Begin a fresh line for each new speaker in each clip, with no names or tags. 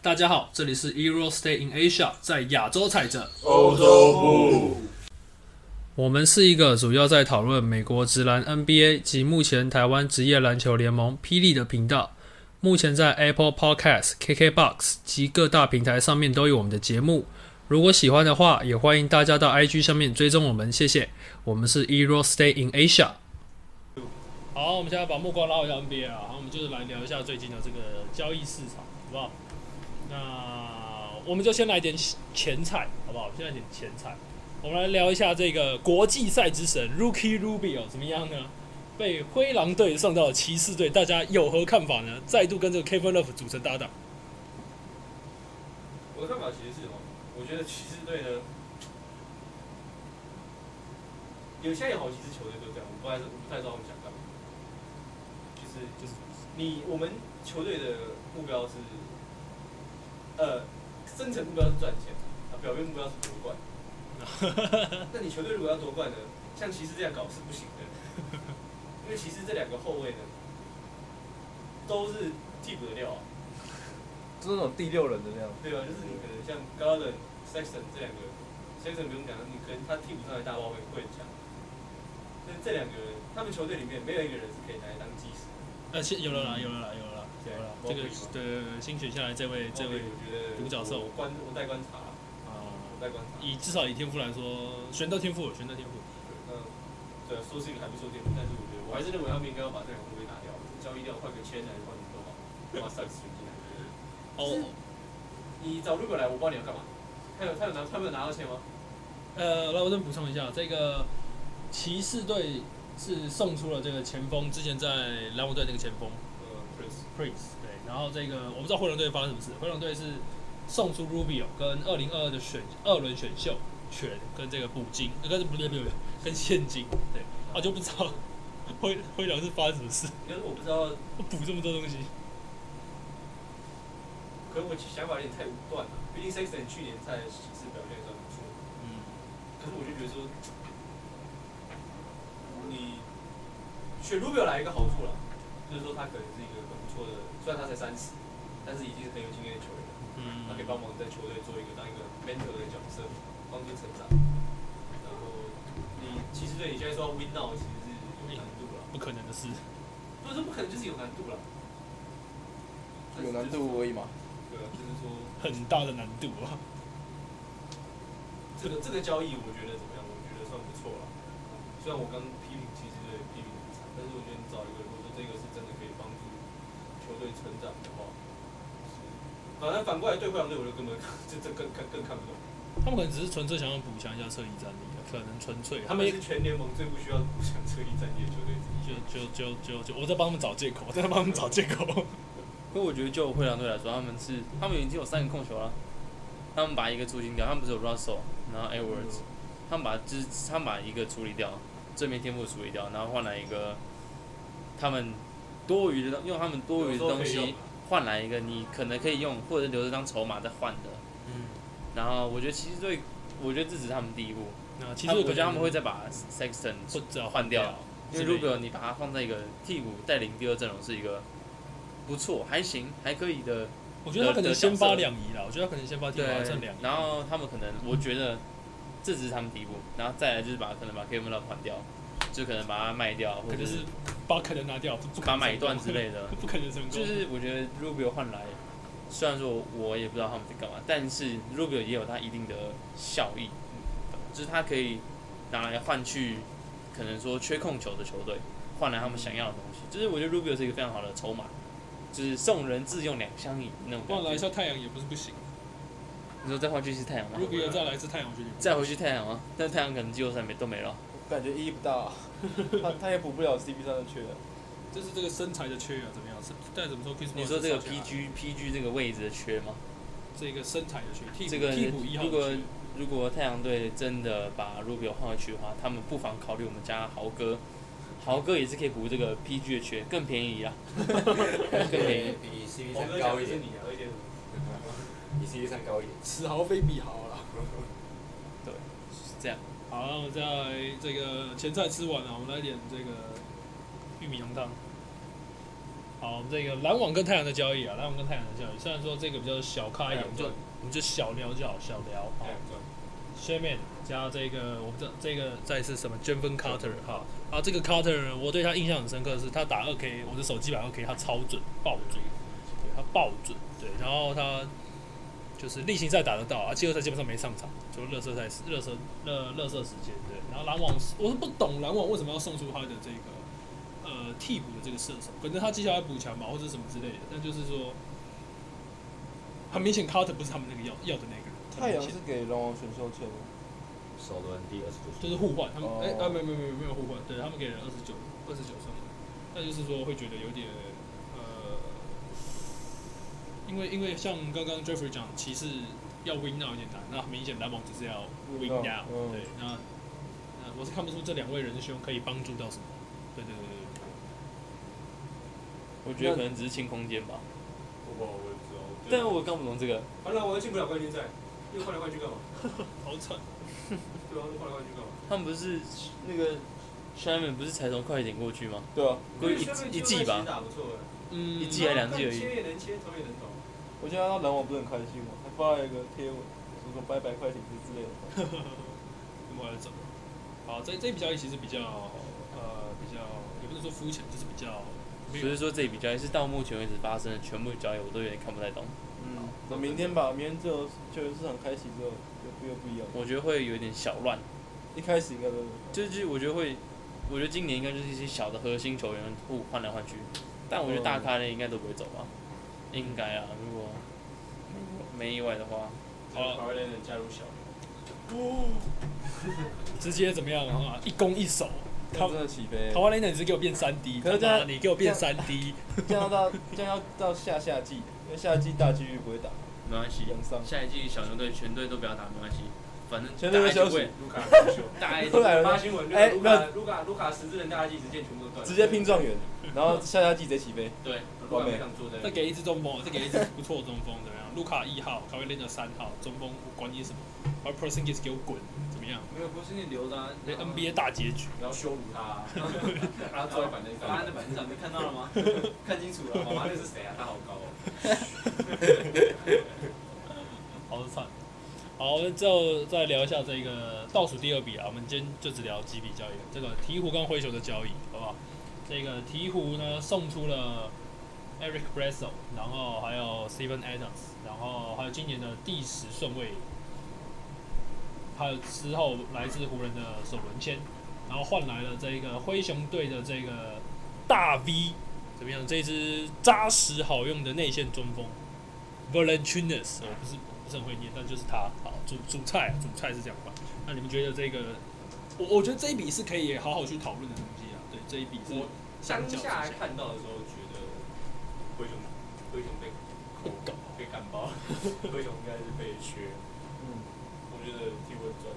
大家好，这里是 Euro Stay in Asia，在亚洲踩着。
欧洲部，
我们是一个主要在讨论美国职篮 NBA 及目前台湾职业篮球联盟霹雳的频道。目前在 Apple Podcast、KKBox 及各大平台上面都有我们的节目。如果喜欢的话，也欢迎大家到 IG 上面追踪我们，谢谢。我们是 Euro Stay in Asia。好，我们现在把目光拉回到 NBA 啊，然后我们就是来聊一下最近的这个交易市场，好不好？那我们就先来点前菜，好不好？先来点前菜。我们来聊一下这个国际赛之神 Rookie Rubio 怎么样呢？被灰狼队送到了骑士队，大家有何看法呢？再度跟这个 Kevin Love 组成搭档，
我的看法其实是什么？我觉得骑士队呢，有现在有好几支球队都这样，我不太我不太知道他们想干嘛。就是
就是
你我们球队的目标是，呃，深层目标是赚钱，啊，表面目标是夺 冠。那你球队如果要夺冠呢，像骑士这样搞是不行的，因为骑士这两个后卫呢，都是替补的料啊。
就是那种第六人的那样。
对啊，就是你可能像 Garden、Sexton 这两个，Sexton 不用讲，你可能他替补上来大包会会很强。但这两个人，他们球队里面没有一个人是可以拿来当基石。
呃，现有了
嗯
啦，有了啦，有了啦，有了啦。这
对
个对对对，新选下来这位哎这位
Mobley 哦我觉得
独角兽
我观我待观察啦，
啊，
我待观察。
以至少以天赋来说，选到天赋，选到天赋。
那对啊，说是一个还不错天赋，但是我觉得我还是认为他们应该要把这两个后卫打掉，交易掉换个签还是换个多好， 把 Sexton 进来。
哦，
你找如果来，我不知道你要干嘛。他有他有拿他们有拿到签吗？
呃，那我再补充一下，这个骑士队是送出了这个前锋，之前在篮网队那个前锋。
呃，Chris，
Prince，对，然后这个我不知道灰狼队发生什么事，灰狼队是送出 Rubio 跟二零二二的选二轮选秀权跟这个补金，呃，跟不对不对不对，跟现金，对，啊就不知道 灰灰狼是发生什么事，
哦可是我不知道
补这么多东西，
可能我想法有点太武断了，毕竟 Sexton 去年在骑士表现算不错，
嗯，
可是我就觉得说，你选 Rubio 来一个好处了，就是说他可能是一个很不错的，虽然他才三十，但是已经是很有经验的球员了，
嗯
嗯
他可以帮忙在球队做一个当一个 mentor 的角色，帮助成长。然后你其实对你现在说要 win now 其实是有难度了，
不可能的事，
不是说不可能，就是有难度了。
有难度而已嘛。
对啊，就是说。
很大的难度啊，
这个这个交易我觉得怎么样？我觉得算不错了。虽然我刚批评骑士队批评很惨，但是我觉得你找一个，如果说这个是真的可以帮助球队成长的话，是反正反过来对灰狼队我就根本就这更更更看不懂。
他们可能只是纯粹想要补强一下侧翼战力，啊可能纯粹
他们是全联盟最不需要互相车力战力的球队之一。嗯
就就就就就我在帮他们找借口，我在帮他们找借 口，
可我觉得就灰狼队来说，他们是他们已经有三个控球了，啊他们把一个出清掉，他们不是有 Russell，然后 Edwards，、他
嗯
们把就是他们把一个处理掉，这边天赋处理掉，然后换来一个他们多余的用他们多余的东
有时候可以
西
用啊
换来一个你可能可以用或者留着当筹码再换的，
嗯，
然后我觉得骑士队，我觉得这只是他们第一步，
那其
他
实
们我觉得他们会再把 Sexton
或者
换掉了因为
之类
如
的
果你把他放在一个替补带领第二阵容是一个不错还行还可以的。
我觉得他可能
的角色
先发两仪啦，我觉得他可能先发第八胜两仪。
然后他们可能，我觉得这只是他们第一步，然后再来就是把可能把 Kevin Love 换掉，就可能把它卖掉，或
可
者
能是
是
把可能拿掉，不不可
把
能
买断之类的
成。功， 不可能成功。
就是我觉得 Rubio 换来，虽然说我也不知道他们在干嘛，但是 Rubio 也有它一定的效益，就是它可以拿来换去可能说缺控球的球队，换来他们想要的东西。就是我觉得 Rubio 是一个非常好的筹码，就是送人自用两相宜那种
换来
感
一
觉。
下太阳也不是不行，
你说再换去是太阳吗
如？果有再来一次太阳，我觉得也不
再回去太阳吗？但太阳可能季后赛没都没了。
我感觉意义不大、啊，他他也补不了 CP 三的缺。
这是这个身材的缺啊，怎么样？是但怎么说 c h r i s
你说这个
PG
PG PG 这个位置的缺吗？
啊这个身材的缺，替
这
补
个
替补一号
如
的
果
缺，
如果太阳队真的把 Rubio 换回去的话，他们不妨考虑我们家豪哥，豪哥也是可以补这
嗯
个 PG 的缺，更便 宜啊，更便宜。
比 CP
我
三
哥
高
讲
一
的是
点，
哦
你啊，而且
比 CP 三高一点。
此豪非彼豪啦。
是这样，
好，那我们在啊这个前菜吃完了，我们来点这个玉米浓汤。好，我们这个篮网跟太阳的交易啊，篮网跟太阳的交易，虽然说这个比较小咖一点，
哎
我们就我们就小聊就好，小聊好。
哎
下面加这个，我不知道这个再是什么 j e n p e n Carter 哈啊，这个 Carter 呢，我对他印象很深刻，是他打二 K，我的手机版二 K，他超准，爆准，对他爆准，对，然后他就是例行赛打得到啊，季后赛基本上没上场，就热射赛事、热身、热热射时间对。然后篮网是，我是不懂篮网为什么要送出他的这个呃替补的这个射手，可能他接下来补强吧，或者什么之类的。但就是说，很明显 Carter 不是他们那个要要的那个人，很
太
明
阳
显
是给龙王选秀签吗？
首轮第二十九
就是互换，他们
哦
哎、啊没有没有没有没有互换，对他们给人二十九二十九上来，那就是说会觉得有点呃，因为因为像刚刚 Jeffrey 讲，骑士要 win now 有点难，那很明显篮网只是要 win
Win
now，、
now，嗯
对，那那我是看不出这两位仁兄可以帮助到什么，对对对对对。
我觉得
那
可能只是清空间吧。
我不好，我也不知道。
啊
我觉
但
得
我刚不懂这个，
反正我又进不了冠军赛，又换来换去干嘛？
好惨，
对啊，又换来换去干嘛？
他们不是那个 Shannon 不是才从快艇过去吗？
对啊，
过去
因为下面
一一
季后赛
季吧
其实打不错
啊
的，
嗯，
一季还两季而已
切也能切，投也能投。
我今天看到篮网不是很开心吗？还发了一个贴文，说说拜拜快艇之类的话。
那么来走。好，这这笔交易其实比较呃比较，也不是说肤浅，就是比较没有
所以说这笔交易是到目前为止发生的全部交易，我都有点看不太懂。
嗯，那明天吧，明天自由自由市场开启之后，又又不一样。
我觉得会有点小乱，
一开始应该都是
就是我觉得会，我觉得今年应该就是一些小的核心球员互换来换去，但我觉得
嗯
大咖的应该都不会走吧，应该啊，如果没意外的话，
好了
法瑞能加入小牛，
直接怎么样啊？一攻一守，
真
他
的起飞
台。湾雷你只给我变三 D，
可是
他妈
这样
你给我变三 D，
这样 到这样要到下下季，因为下季大几率不会打。
没关系
洋上
下一季小牛队全队都不要打，没关系，反正
全队
大
会
家就
休息
会
卢卡很秀。
大家就
后
会
来
发新闻，哎，
哎
卢卡卢卡卢卡十字韧带肌直接全部都断了，
直接 拼状元，然后下下季直接起飞。
对，
卢卡没想做
再
的。
给一支中锋，再给一支不错的中锋，怎么样？卢卡一号，卡威雷的三号，中锋我管你什么，而 Persingis 给我滚，怎么样？
没有，不是你留的啊
那 NBA 大结局，
你要羞辱他啊，然后坐在板凳上，
他
他
在
在
板
板凳上，
凳上
你
你看
看到
到了
了
吗
吗？看清楚了，妈妈那是谁啊？他好高哦。
好惨。好，那之后再聊一下这个倒数第二笔啊，我们今天就只聊几笔交易，这个鹈鹕跟灰熊的交易，好不好？这个鹈鹕呢送出了 Eric b r e s s e l 然后还有 Steven Adams，然后还有今年的第十顺位，还有之后来自湖人的首轮签，然后换来了这个灰熊队的这个大 V，怎么样？这支扎实好用的内线中锋 Valanciunas，我不是不是很会念，但就是他，好主主菜啊主菜是这样吧？那你们觉得这个？我我觉得这一笔是可以好好去讨论的东西啊，对，这一笔是
我
相
当
较之
下
下
看到的时候，觉得灰熊灰熊被
搞
被干爆，灰熊应该是被缺。
嗯，
我觉得替我赚，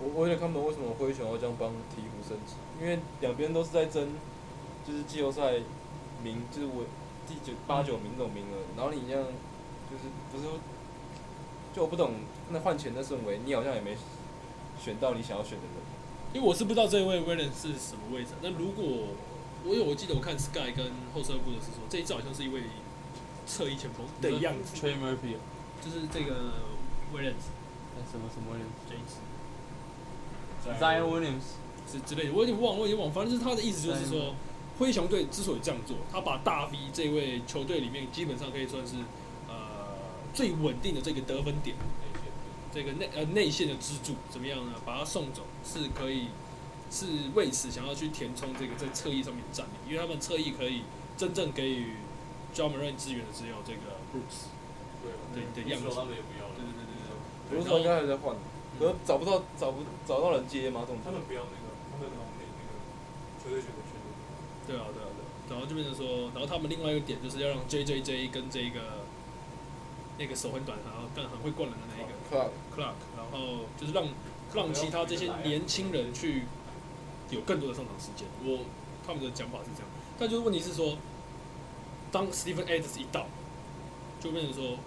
我我有点看不懂为什么灰熊要这样帮鹈鹕升级，因为两边都是在争，就是季后赛名，就是我第九八九名这种名额，然后你这样就是不是说，就我不懂那换钱的顺位，你好像也没选到你想要选的人。
因为我是不知道这位威廉是什么位置啊。那如果我有，我记得我看 Sky 跟后撤部的是说，这一次好像是一位侧翼前锋的样子，
Trey Murphy，啊
就是这个威廉
什么什么 Williams
这一次
Zion Williams，
是之类的，我有点忘，我有点忘，反正就是他的意思就是
对
说，灰熊队之所以这样做，他把大 V 这位球队里面基本上可以算是呃最稳定的这个得分点，这个内呃内线的支柱怎么样呢？把他送走是可以，是为此想要去填充这个在侧翼上面的战力，因为他们侧翼可以真正给予 j o h n m a r n 支援的只有这个 Bruce。
对
对对样子
说他们也不要了
对，对对对对。啊
我是说刚才在换，可是找不到找不找到人接吗？这种
他们不要那个，他们老那个球队选的全部
对啊，对啊，对啊。然后就变成说，然后他们另外一个点就是要让 J J J 跟这个那个手很短，然后但很会灌篮的那一个
club
Clark，然后就是让让其他这些年轻人去有更多的上场时间。我他们的讲法是这样，但就是问题是说，当 Stephen Adams 一到，就变成说，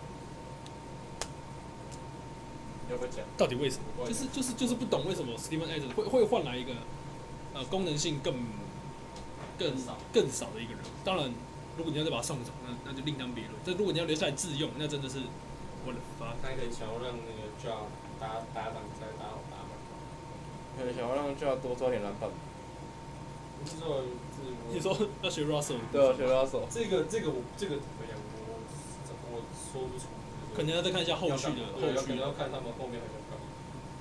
要不要讲？
到底为什么？
我也
就是就是就是不懂为什么 Steven Adams 会会换来一个呃功能性更更
少
更少的一个人。当然，如果你要再把他送走，那那就另当别论。但如果你要留下来自用，那真的是我的发。
那个桥让那个 j 打打挡拆打好打满。
可能想要让 j 多抓点篮板。
这种字幕
你说要学 Russell，
对啊，学拉手。
这个这个我这个怎么样？我我说不出。
可能要再看一下后续的
对，要
后
可
续
能
的
要看他们后面还想干嘛，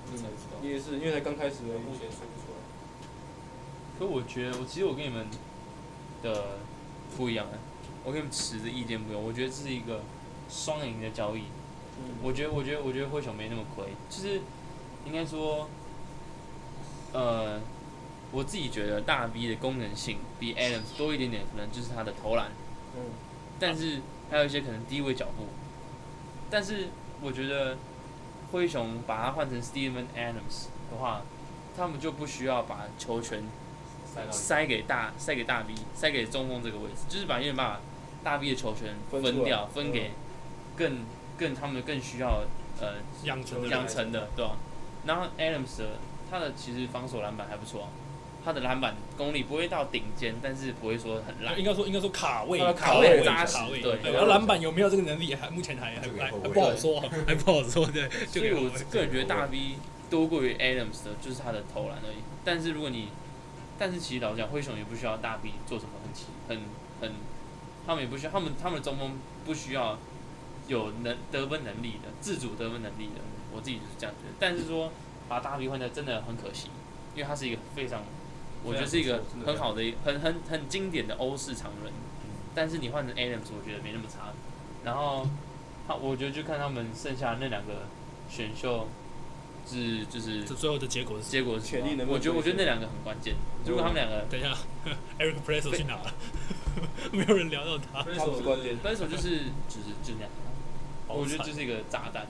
这才知道。
嗯你也是，因为才刚开始而
我
已。
目前说不出来。
可我觉得，我其实我跟你们的不一样啊，我跟你们持的意见不一样。我觉得这是一个双赢的交易。我觉得，我觉得，我觉得灰熊没那么亏，就是应该说，呃，我自己觉得大 V 的功能性比 Adams 多一点点，可能就是他的投篮，
嗯，
但是还有一些可能低位脚步。但是我觉得灰熊把它换成 Steven Adams 的话，他们就不需要把球权
塞到里
塞给大塞给大 V，塞给中锋这个位置，就是把有点把大 V 的球权分掉，
分出来嗯
分给更更他们更需要呃
养成的
养
人。
成的，对吧、啊然后 Adams 的他的其实防守篮板还不错啊、他的篮板功力不会到顶尖，但是不会说很烂
应。该说应该说卡位
他的，卡
位扎
位
呃扎
卡
实
位，
对
然后篮板有没有这个能力，还目前还还
就给
还
后卫
还不好 说，还不好说，对。就
所
给
以
后
我
卫
个人觉得大 V 多过于 Adams 的就是他的投篮而已。但是如果你，但是其实老实讲，灰熊也不需要大 V 做什么很奇很很，他们也不需要，他们他们的中锋不需要有能得分能力的自主得分能力的，我自己就是这样觉得。但是说把大 V 换掉真的很可惜，因为他是一个非常，我觉得是一个很好的一很很很经典的欧式常人。
嗯
但是你换成 Adams，我觉得没那么差。然后他，我觉得就看他们剩下那两个选秀是就 是
这最后的结果是，
结果是什么
潜力能不能
我觉得我觉得那两个很关键。如果他们两个
等一下，Eric Presso 去哪了？ 没有人聊到
啊
他，
他不是关键。
分手就是就是就那样，
好
我觉得
惨
就是一个炸弹，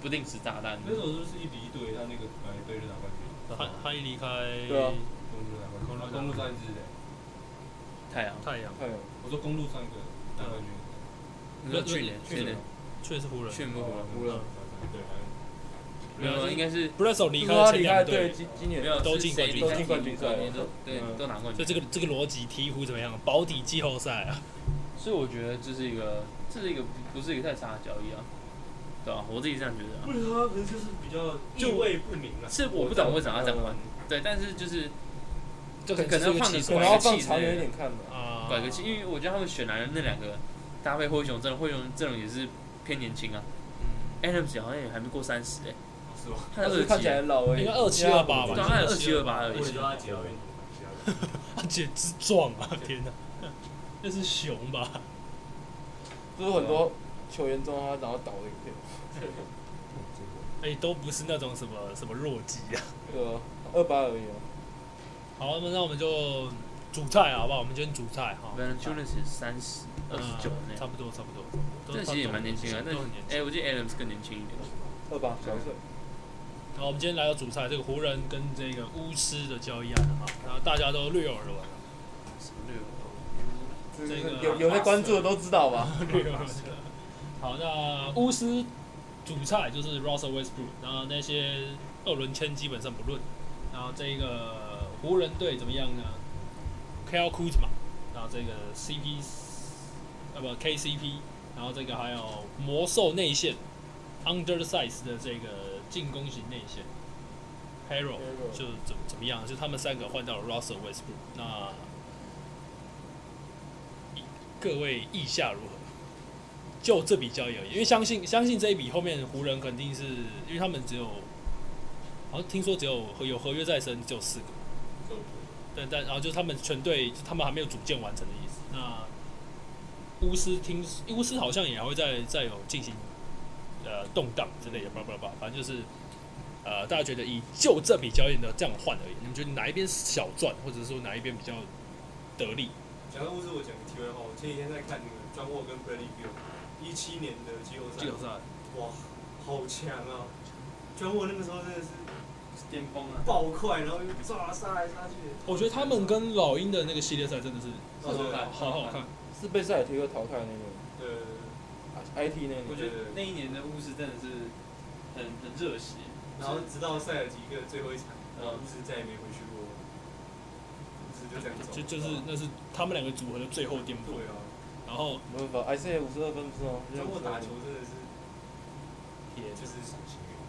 不定时炸弹。哦
那时候就是一比一对，他那个本来一队就拿冠军，
他他一离开，
对啊
公路拿冠军，公路上一支的。
太阳，
太阳，
太阳，
我说公路上一个拿冠军，
你说去年
去
去年
确实是湖人。
去年不
湖人
对，
没有，应该是
Presso 离开
他
啊
了前
离
两
开
队
对，，今今年
没有
都
是
进
谁
冠军
离
都
开
进冠
鹈
军
鹕
赛
冠军都对
嗯
都拿冠
所
军。
以这个这个逻辑鹈鹕怎么样？保底季后赛啊，
所以我觉得这是一个，这是一个不是一个太差的交易啊，对吧、我自己这样觉得、啊。
不知道，可能就是比较意味不明啊。
是我不懂为什么要这样换，对，但是就是
这
可能
是
放
个
你
奇
可
怪的
能
拐
要
个
放
气之
长远一
类的
点看吧。
啊，
拐个气，因为我觉得他们选来的那两个搭配灰熊阵容，灰熊阵容也是偏年轻啊，Adams 好像也还没过三十哎，
是吧？
他
但
才
是
二
哦看起
几
来
啊，
很老而已，
应该2728吧
对
吧
啊，他才二七二八而已
我，知道他解奥运，
他姐之壮啊，天哪，那是熊吧？
就是很多球员中他然后倒的影片，
哎，都不是那种什么什么弱鸡啊。
对啊，二八而已啊。
好，那那我们就主菜好不好？我们今天主菜哈嗯
v a l e n t i n 是三十二十九那
差
样，
不多差不多，差不多
这其实也蛮年轻啊，但
都很年
哎，
轻。
我记得 Adams 更年轻一点，
二八小岁，
哎
好，我们今天来到主菜，这个湖人跟这个巫师的交易案啊，然后大家都略有耳闻。
什么六，
这
这个
个有有在关注的都知道吧？
好，那巫师主菜就是 Russell Westbrook，然后那些二轮签基本上不论。然后这个湖人队怎么样呢？Kyle Kuzma，然后这个 CP，呃不 KCP，然后这个还有魔兽内线 Undersize 的这个进攻型内线 Hero，就怎么怎么样？就他们三个换到了 Russell Westbrook，那以各位意下如何？就这笔交易而已，因为相信相信这一笔后面湖人肯定是因为他们只有，好像听说只有有合约在身只有四个，但但然后就是他们全队他们还没有组建完成的意思。那巫师听巫师好像也还会再再有进行呃动荡之类的，叭叭叭，反正就是呃大家觉得以就这笔交易的这样换而已，你们觉得哪一边小赚，或者说哪一边比较得利？
讲到巫师，我讲个题外话。我前几天在看那个庄沃跟 Bradley b i l l 一七年的季后赛，
赛
哇，好强啊！庄沃那个时候真的是
巅峰啊，
爆快，然后又炸杀来杀去。哦
我觉得他们跟老鹰的那个系列赛真的是
对对对
好好看。
是被塞尔提克淘汰的那
对对
个，IT 那个，
我觉得那一年的巫师真的是很很热血，
然后直到塞尔吉克最后一场，然后
嗯
巫师再也没回去过，巫师就这样走。
就就是那是他们两个组合的最后巅峰
对。啊，
然后
没办法，还是五十二分不是吗？
中国打球真的是，
也
就是赏心悦目。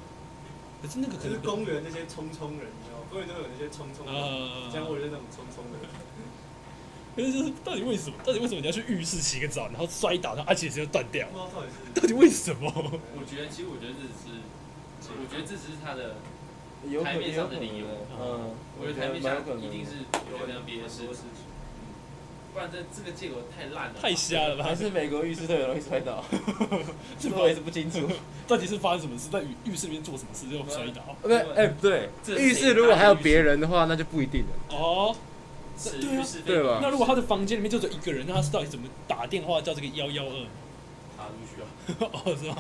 可是那个可
可是
能
公园那些冲冲人，你知道吗？公园都有那些冲冲人，
呃，
像我就是那种冲冲的人。
可是就是到底为什么？到底为什么你要去浴室洗个澡，然后摔倒，然后而且直接断掉
不？知道到底 是
到底为什么？
我觉得，其实我觉得这只是，我觉得这只是他的，
有可
台面上
有可
的理
能
由
的
嗯
嗯，
我觉得台面
蛮
上
有可能的
一定是有跟 NBA 是，
多事情，
不然这这个借口太烂了，
太瞎了吧
还？是美国浴室特别容易摔 倒，
这
这我也是不清楚。
到底是发生什么事？在浴浴室里面做什么事就摔倒？
不 对，哎，不对，
这是
浴室如果还有别人的话，那就不一定了。
哦，
是
对啊
是非
对吧
那如果他的房间里面就只有一个人，那他是到底怎么打电话叫这个幺幺二？
他入去啊，
哦，是吗？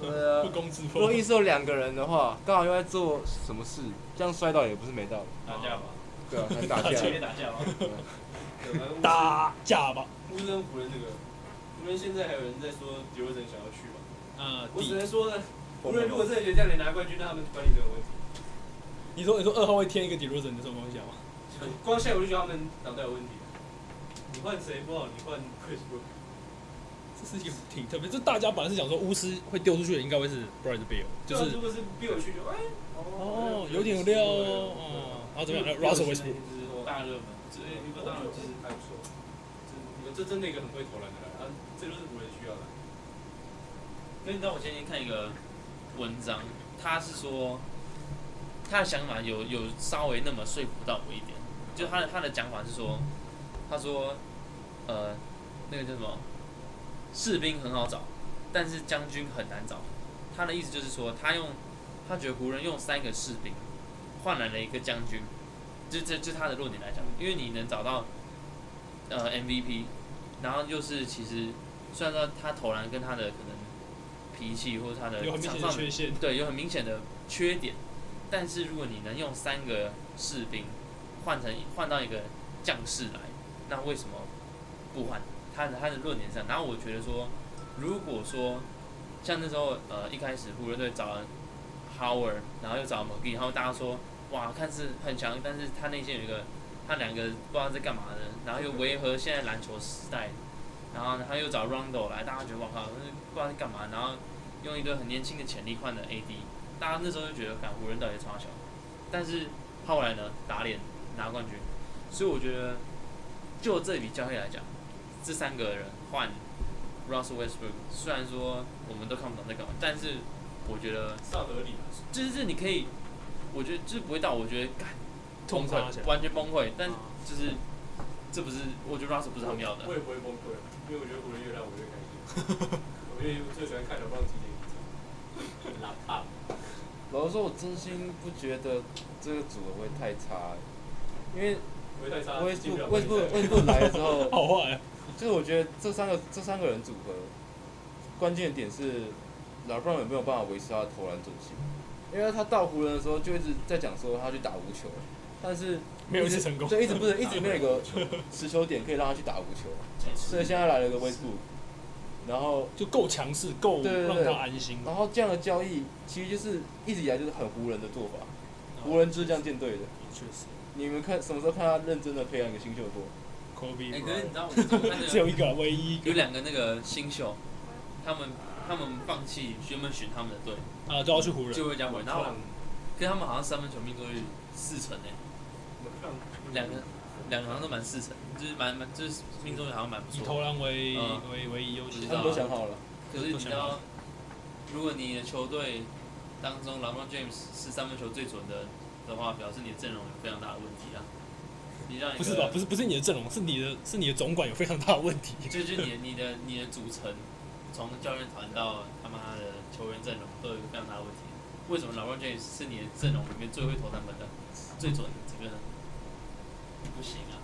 对啊
不攻自
如果
破。
浴室有两个人的话，刚好又在做什么事，这样摔倒也不是没道理。
打架吧，
对 啊，还打架。
随便打架吧，
啊
对反正乌
打架吧，
乌镇湖人那个，湖人现在还有人在说迪罗森想要去嘛？
呃，
我只
第
能说呢，湖人如果真的觉得这样能拿冠军，那他们管理者有问题。
你说你说二号会添一个 d e r o z n 的这种东西好吗？
光现在我就觉得他们脑袋有问题。你换谁不好，你换 Chris Brook，
这是一个挺特别，就大家本来是想说巫师会丢出去的，应该会是 Brad Bill，就
对啊
是
如果是 Bill 去就哎，
哦，有点料哦，哦，然后怎么样？Russell Westbrook，
就是说
大热门，
这一个当然就是还不错，这你们这真的一个很会投篮的人，啊，这就是湖人需要的。
因为你知道我今天看一个文章，他是说呃他的想法有有稍微那么说服到我一点，就他的他的讲法是说，他说呃那个叫什么士兵很好找，但是将军很难找。他的意思就是说，他用呃他觉得湖人用三个士兵换来了一个将军，就这就他的论点来讲，因为你能找到呃 MVP，然后又是其实虽然说他投篮跟他的可能脾气或者他的
有很明
场
显的
上
缺陷。
对，有很明显的缺点。但是如果你能用三个士兵换成换到一个将士来，那为什么不换？他的他的论点上，然后我觉得说，如果说像那时候呃一开始湖人队找了 Howard，然后又找 McGee，然后大家说哇看似很强，但是他内线有一个他两个不知道在干嘛的，然后又违和现在篮球时代，然后他又找 Rondo 来，大家觉得哇靠，那不知道在干嘛，然后用一堆很年轻的潜力换的 AD，大家那时候就觉得，感湖人到底超小，但是后来呢，打脸拿冠军，所以我觉得，就这笔交易来讲，这三个人换 Russell Westbrook，虽然说我们都看不懂在干嘛，但是我觉得，
上合理，
就是你可以，我觉得就是不会到我觉得干崩
痛杀起
溃，
来
完全崩溃，但就是这不是，我觉得 Russell 不是他们要的
我，也不会崩溃，因为我觉得湖人越烂我越开心。我越最喜欢看老棒今年
哪怕
老实说，我真心不觉得这个组合会太差，因为
不会太差，
威斯
进不了
布
决
威斯布
赛
威斯布来的时候，
好坏啊，
就是我觉得这三个这三个人组合，关键点是老布朗有没有办法维持他的投篮准心，因为他到湖人的时候就一直在讲说他去打无球，但是
没有一
直
次成功。
对，一直不是一直没有一个持球点可以让他去打无球，所以现在来了个威斯布，然后
就够强势，够
对对哦
让
对
他安心。
然后这样的交易其实就是一直以来就是很湖人的做法，
嗯
湖人就是这样建队的。
啊确实
你们看什么时候看他认真的培养一个新秀过？
哎、
，Kobe
可是你
Bryant
知道我我看那
只
个
有。一个啊唯一一
有
个
两个那个新秀，他们他们放弃原本选他们的队，
啊，都要去湖人。
就会加回，然后跟他们好像三分球命中率四成诶、两个两个好像都蛮四成，就是蛮蛮就是命中率好像蛮不
以
错。
投篮为
嗯
为唯一优势啊
不知
他
道
们都想好了，
可是你知道，如果你的球队当中 LeBron James 是三分球最准的的话，表示你的阵容有非常大的问题啊！你让一个
不是吧？不是不是你的阵容，是你的是你的总管有非常大的问题。
就就你的你的你的组成，从教练团到他妈的球员阵容都有一个非常大的问题。为什么老 e b r James 是你的阵容里面最会投三分的、最准的这个呢？不行啊，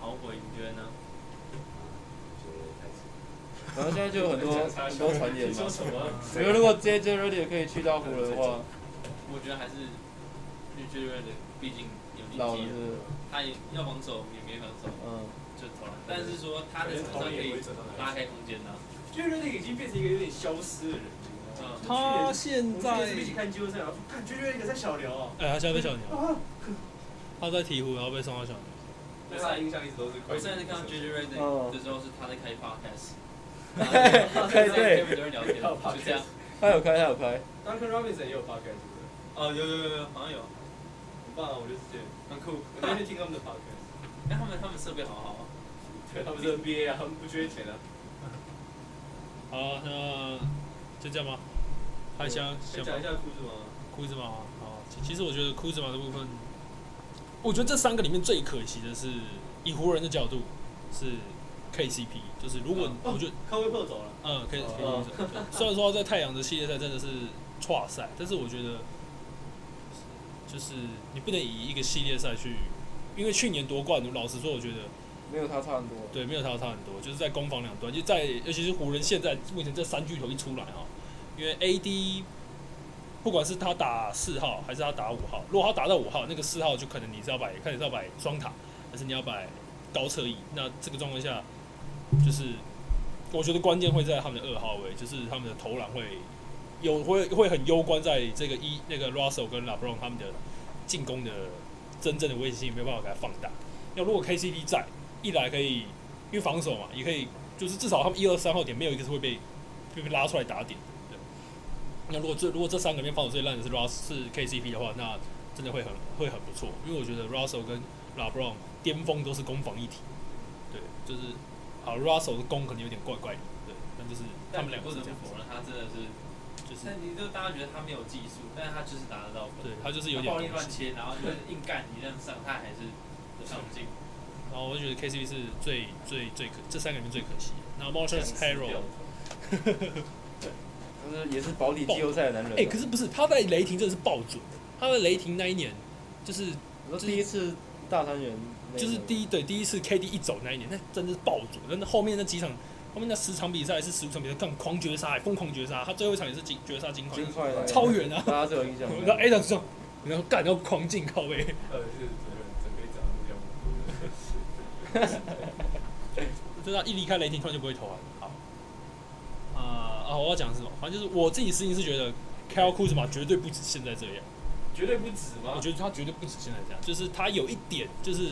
好鬼，你觉得呢？
然后现在就有很 多很多传言
你
嘛
说。什么？
我觉得如果 JJ Redick 可以去到湖人的 话，
我觉得还是绿巨人的，毕竟有年
老了
纪
是
了，他也要防守也没防守，
嗯，
就投篮。但是说他的场上可以拉开空间呐、啊
就是那个已经变成一个有点消失的人，你知道吗？
嗯
他现
我们
在
是一起看季后赛，然后感觉有点在小聊啊。
哎，他现在被小牛，
啊，
他在鹈鹕，然后被送到小牛。
对他的印象一直都是快
我
艇
上次看到 JJ
嗯
Redick 的时候是他在开 podcast，
对对
跟很多人聊天，就这样。
他有开，他有开，
Duncan Robinson 也有 podcast，对不对
哦，有有有有，好像有，
很棒啊，我就直接
很酷，
我那天听他们的 podcast，
哎，他们他们设备好好啊，
对，他们是 NBA 啊，他们不缺钱啊，
好，那就这样吧。还想
想
想
哎讲一下裤子吗？
库兹马啊，其其实我觉得库兹马的部分，我觉得这三个里面最可惜的是，以湖人的角度是 KCP，就是如果、我觉得
康威破走了，
嗯 K
哦
KCP，、虽 然说在太阳的系列赛真的是差赛，但是我觉得就是你不能以一个系列赛去，因为去年夺冠，老实说，我觉得
没有他差很多。
对，没有他差很多，就是在攻防两端，就在尤其是湖人现在目前这三巨头一出来啊，因为 AD 不管是他打四号还是他打五号，如果他打到五号，那个四号就可能你是要摆，看你是要摆双塔，还是你要摆高侧翼。那这个状况下，就是我觉得关键会在他们的二号位，就是他们的投篮会有会会很攸关在这个一那个 Russell 跟 LeBron 他们的进攻的真正的威胁性没有办法给他放大。那如果 KCP 在，一来可以因为防守嘛，也可以就是至少他们一二三号点没有一个是会被被被拉出来打点的。对那如果这如果这三个里面防守最烂的是 Russ 是 KCP 的话，那真的会很会很不错，因为我觉得 Russell 跟 LeBron 巅峰都是攻防一体。对，就是好 Russell 的攻可能有点怪怪的，对，但就是他
但
们两个
不
是
能
这样子
否，认他真的是，
就是
但你就大家觉得他没有技术，但是他就是拿得到分，
对他就是有
他
点
暴力
东西
乱切，然后 就是硬干你这样上，他还是上不进，
然后我就觉得 KCP 是最最最可这三个里面最可惜的。然后 m o r t
这
i
样
s
死
h a r r o
掉了
就是也是保底季后赛的男人。啊
哎、可是不是他在雷霆真的是爆准，他在雷霆那一年就是
我说第一次大三元，
就是第一对第一次 KD 一走那一年，那真的是爆竹。那后面那几场，后面那十场比赛是十五场比赛，更狂绝杀，疯狂绝杀。他最后一场也是金绝杀金块
金，块来的
超远啊！
大家最有 印象。
然后 A 档上，然后干，然后狂进靠背。
到底呃是整个整个一掌这样
就是他一离开雷霆，突然就不会投篮。好，啊、啊，我要讲的是什么？反正就是我自己私心是觉得 k a l Kuzma 绝对不止现在这样。
绝对不止
我
吗？
觉得他绝对不止现在这样，就是他有一点，就是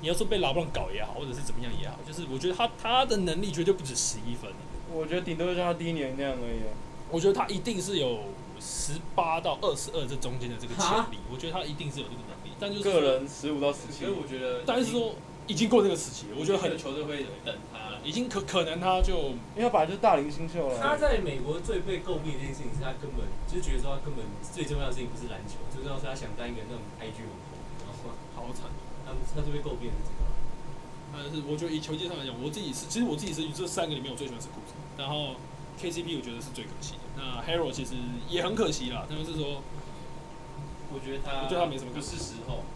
你要说被老布朗搞也好，或者是怎么样也好，就是我觉得他他的能力绝对不止十一分，
我觉得顶多就像他第一年那样而已啊。
我觉得他一定是有十八到二十二这中间的这个潜力，我觉得他一定是有这个能力，但就是
个，人十五到十七
所以，我觉得，
但是说已经过这个时期了，我觉得很
球队会等他，
已经可可能他就
因为他本来就是大龄新秀了。
他在美国最被诟病的一件事情是他根本就是觉得说他根本最重要的事情不是篮球，最重要是他想当一个那种 IG 网红，然后
好惨。
他们他就被诟病的这个。
但是我觉得以球界上来讲，我自己是，其实我自己是这三个里面我最喜欢是库兹，然后 KCP 我觉得是最可惜的。那 Hero 其实也很可惜啦，但是说
我觉得
我
他，
觉得他没什么
不是时候，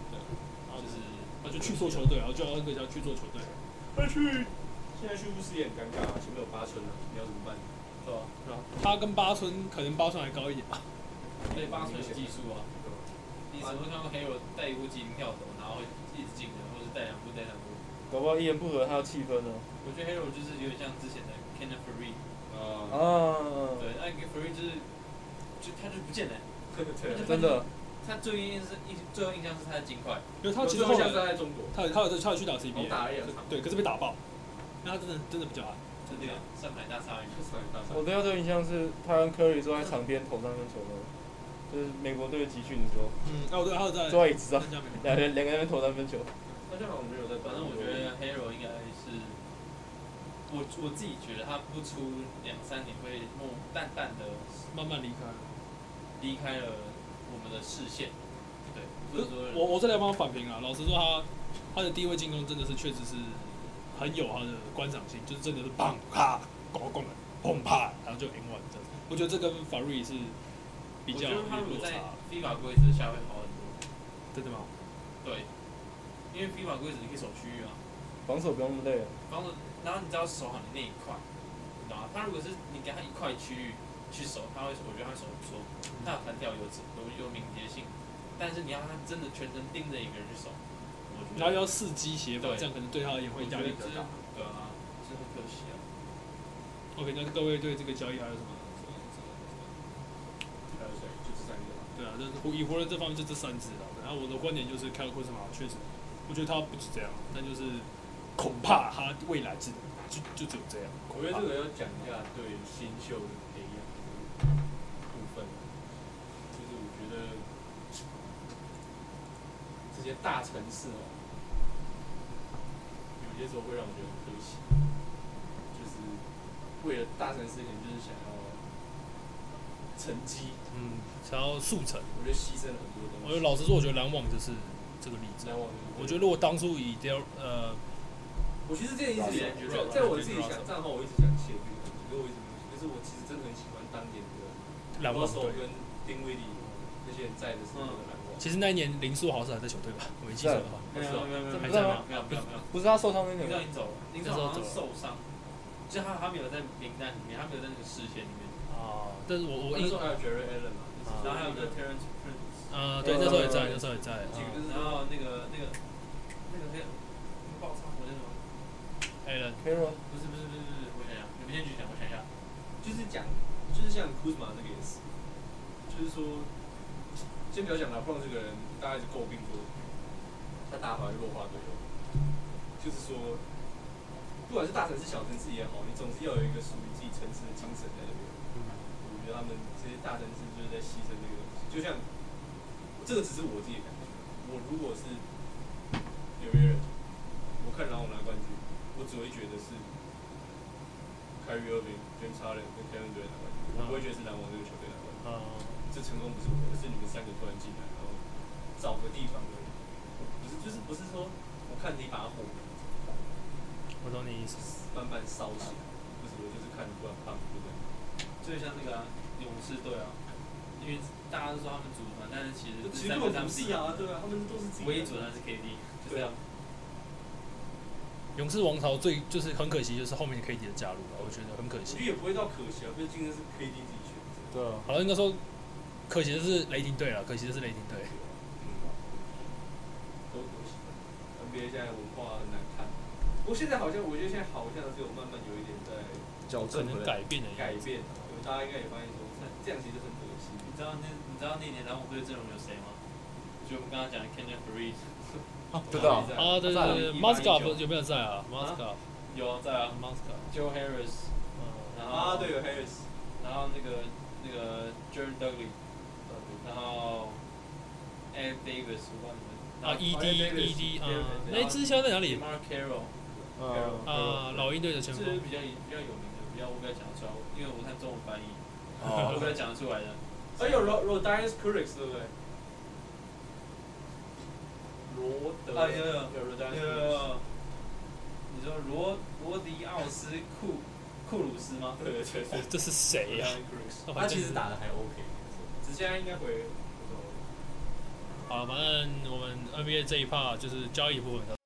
就是那就去做球队，然后就要跟人家去做球队，
快去！现在去巫师也很尴尬啊，前面有八村啊，你要怎么办？
对
啊
吧？
是吧？他跟八村可能八村还高一点吧，
对，八寸有技术啊。你什么时候看过黑我带一步急停跳投，然后一直进的，或是带两步带两步？
搞不好一言不合他要气分呢。
我觉得黑我就是有点像之前的 Ken f r e e
啊，
啊，
对，那 Ken f r e e 就是就他就不见了，
对啊，
真的，
他最印象是印最后印象是他的金块，
因为他其实
最
后来
后像是他在中国，
他他有他有去打 CBA，
我打了两场
啊对，可是被打爆，那他真的真的比较矮。
就那个上海大鲨鱼，
我对他最有印象是他跟 Curry 坐在场边头上跟球呢，就是美国队的集训的时候，
嗯，哦对，还有在
坐在椅子上，
参加美国
两人两个人投三分球。
那就好像我们有在打，
反正我觉得 Hero 应该是，我我自己觉得他不出两三年会默淡淡的
慢慢离开了。
离开了我们的视线，对，不
可
是
是
说
我我这里要帮他反评啊，老实说他他的低位进攻真的是确实是很有他的观赏性，就是真的是砰啪搞攻了，砰啪，然后就 N one 这样。我觉得这跟法瑞是比较有
我觉得他如果
落
在
差，
FIFA 规则下会好很多，
真的吗？
对，因为 FIFA 规则你可以守区域啊，
防守不用那么累了，
然后然后你只要守好你那一块，你知道吗？他如果是你给他一块区域去守，他会我觉得他守得不错，他有弹跳有有有敏捷性，但是你要他真的全程盯着一个人去守，我觉得
然后要伺机协防，
对
这样可能对他而言会
我觉
压
得
力
这
比较大。
对啊，这很可惜啊。
OK，那各位对这个交易还有什么？
还有谁？就这三个
啊
吧。
对啊，那湖以湖人这方面就这三支了。然后我的观点就是，凯尔库兹马确实我觉得他不止这样，但就是恐怕他未来只就就只有这样。
我觉得这个要讲一下对新秀的培养部分，就是我觉得这些大城市哦，有些时候会让我觉得很可惜，就是为了大城市，可能就是想要成绩，
嗯，想要速成。
我觉得牺牲了很多东
我
西
觉得。老实说，我觉得篮网就是这个例子
难。忘
我觉得如果当初以 Del 呃
我其实这件事情，
Russell，
在在
Russell，
我自己
Russell
想账号，我一直想写这个东西，可是我一直没有写。可是我其实真的很喜欢当年的
篮网队，
Russell 跟丁威迪那些人在的时候的篮网。
其实那一年林书豪是还在球队吧？我没记错的话，
没有没有没有
还
没
在
有
吗？
没有没有没有，
不是他受伤那
林
年
兆
吗？
已经走了，林兆好像受伤，就他他没有在名单里面，他没有在那个视线里面，
啊，但是我我
那
印
时候还有 Jerry Allen 嘛，
啊
然后还有
那
个 Terrence Prince，
呃对那时候也在，那时候也在。啊
几个就是
然后那个那个那个那个爆仓我叫什么？
a l l n
没有，
不是不是不是不是，我想想，你们先去想，我想一下。
就是讲，就是像 Kuzma 那个也是，就是说，先不要讲 l e b r o n 这个人，大家一直诟病说他打法弱化队友，就是说，不管是大城市小城市也好，你总是要有一个属于自己城市的精神在那边。我觉得他们这些大城市就是在牺牲这个东西，就像这个只是我自己的感觉。我如果是纽约人，我看篮网拿冠军，我只会觉得是 Kyrie Irving、James Harden 跟 Kevin Durant 拿冠军，我不会觉得是篮网这个球队拿冠军。
啊，
这成功不是我的，是你们三个突然进来，然后找个地方而已。不是，就是不是说我看你把火
我懂你意思。
慢慢烧起来，不是我就是看你不然胖，对不对？
就像那个啊勇士队啊，因为大家都说他们组团，但是其实
其实
三
根
个
本
他
不
们自己
是啊，对啊，他们都是自己
唯一组团是 KD，就这样。
勇士王朝最就是很可惜，就是后面 KD 的加入了，我觉得很可
我
惜
觉得。也不会到可惜啊，毕竟这是 KD 自己选择。
对啊，
好了，应该说可惜的是雷霆队了，啊可惜的是雷霆队。
都可惜。NBA 现在文化很难看，不过现在好像我觉得现在好像只有慢慢有一点在
矫
可
正回
能
来。
改变了一
改
样子。
变，大家应该也发现说，这样其实很可惜。
你知道那你知道那年篮网队阵容有谁吗？就我们刚刚讲的 Kenyon Free，
不知道，
啊，对对对 m a s k a 有没有在啊 m a s k a
有啊在啊
m a s k a
，Joe Harris，然后
啊，对，有 Harris，
然后那个那个 Jordan Dudley，然后 Ed Davis，我忘了你们
啊，ED ED 啊，那支现在在哪里？
Mark Carroll，
啊，老鹰队的
这
前
是
锋
比较比较有名的，比较我比较讲得出来，因为我看中文翻译，我比
哦，
较讲得出来的。
还有罗罗 Dias Curix 对不对？罗德
啊有有
有罗
那
Dias，
个你说罗罗迪奥斯库库鲁斯吗？
对对对对，
这是谁啊呀？
Curix，他其实打的还 OK，只现在应该回。
好了，反正我们 NBA 这一趴就是交易部分到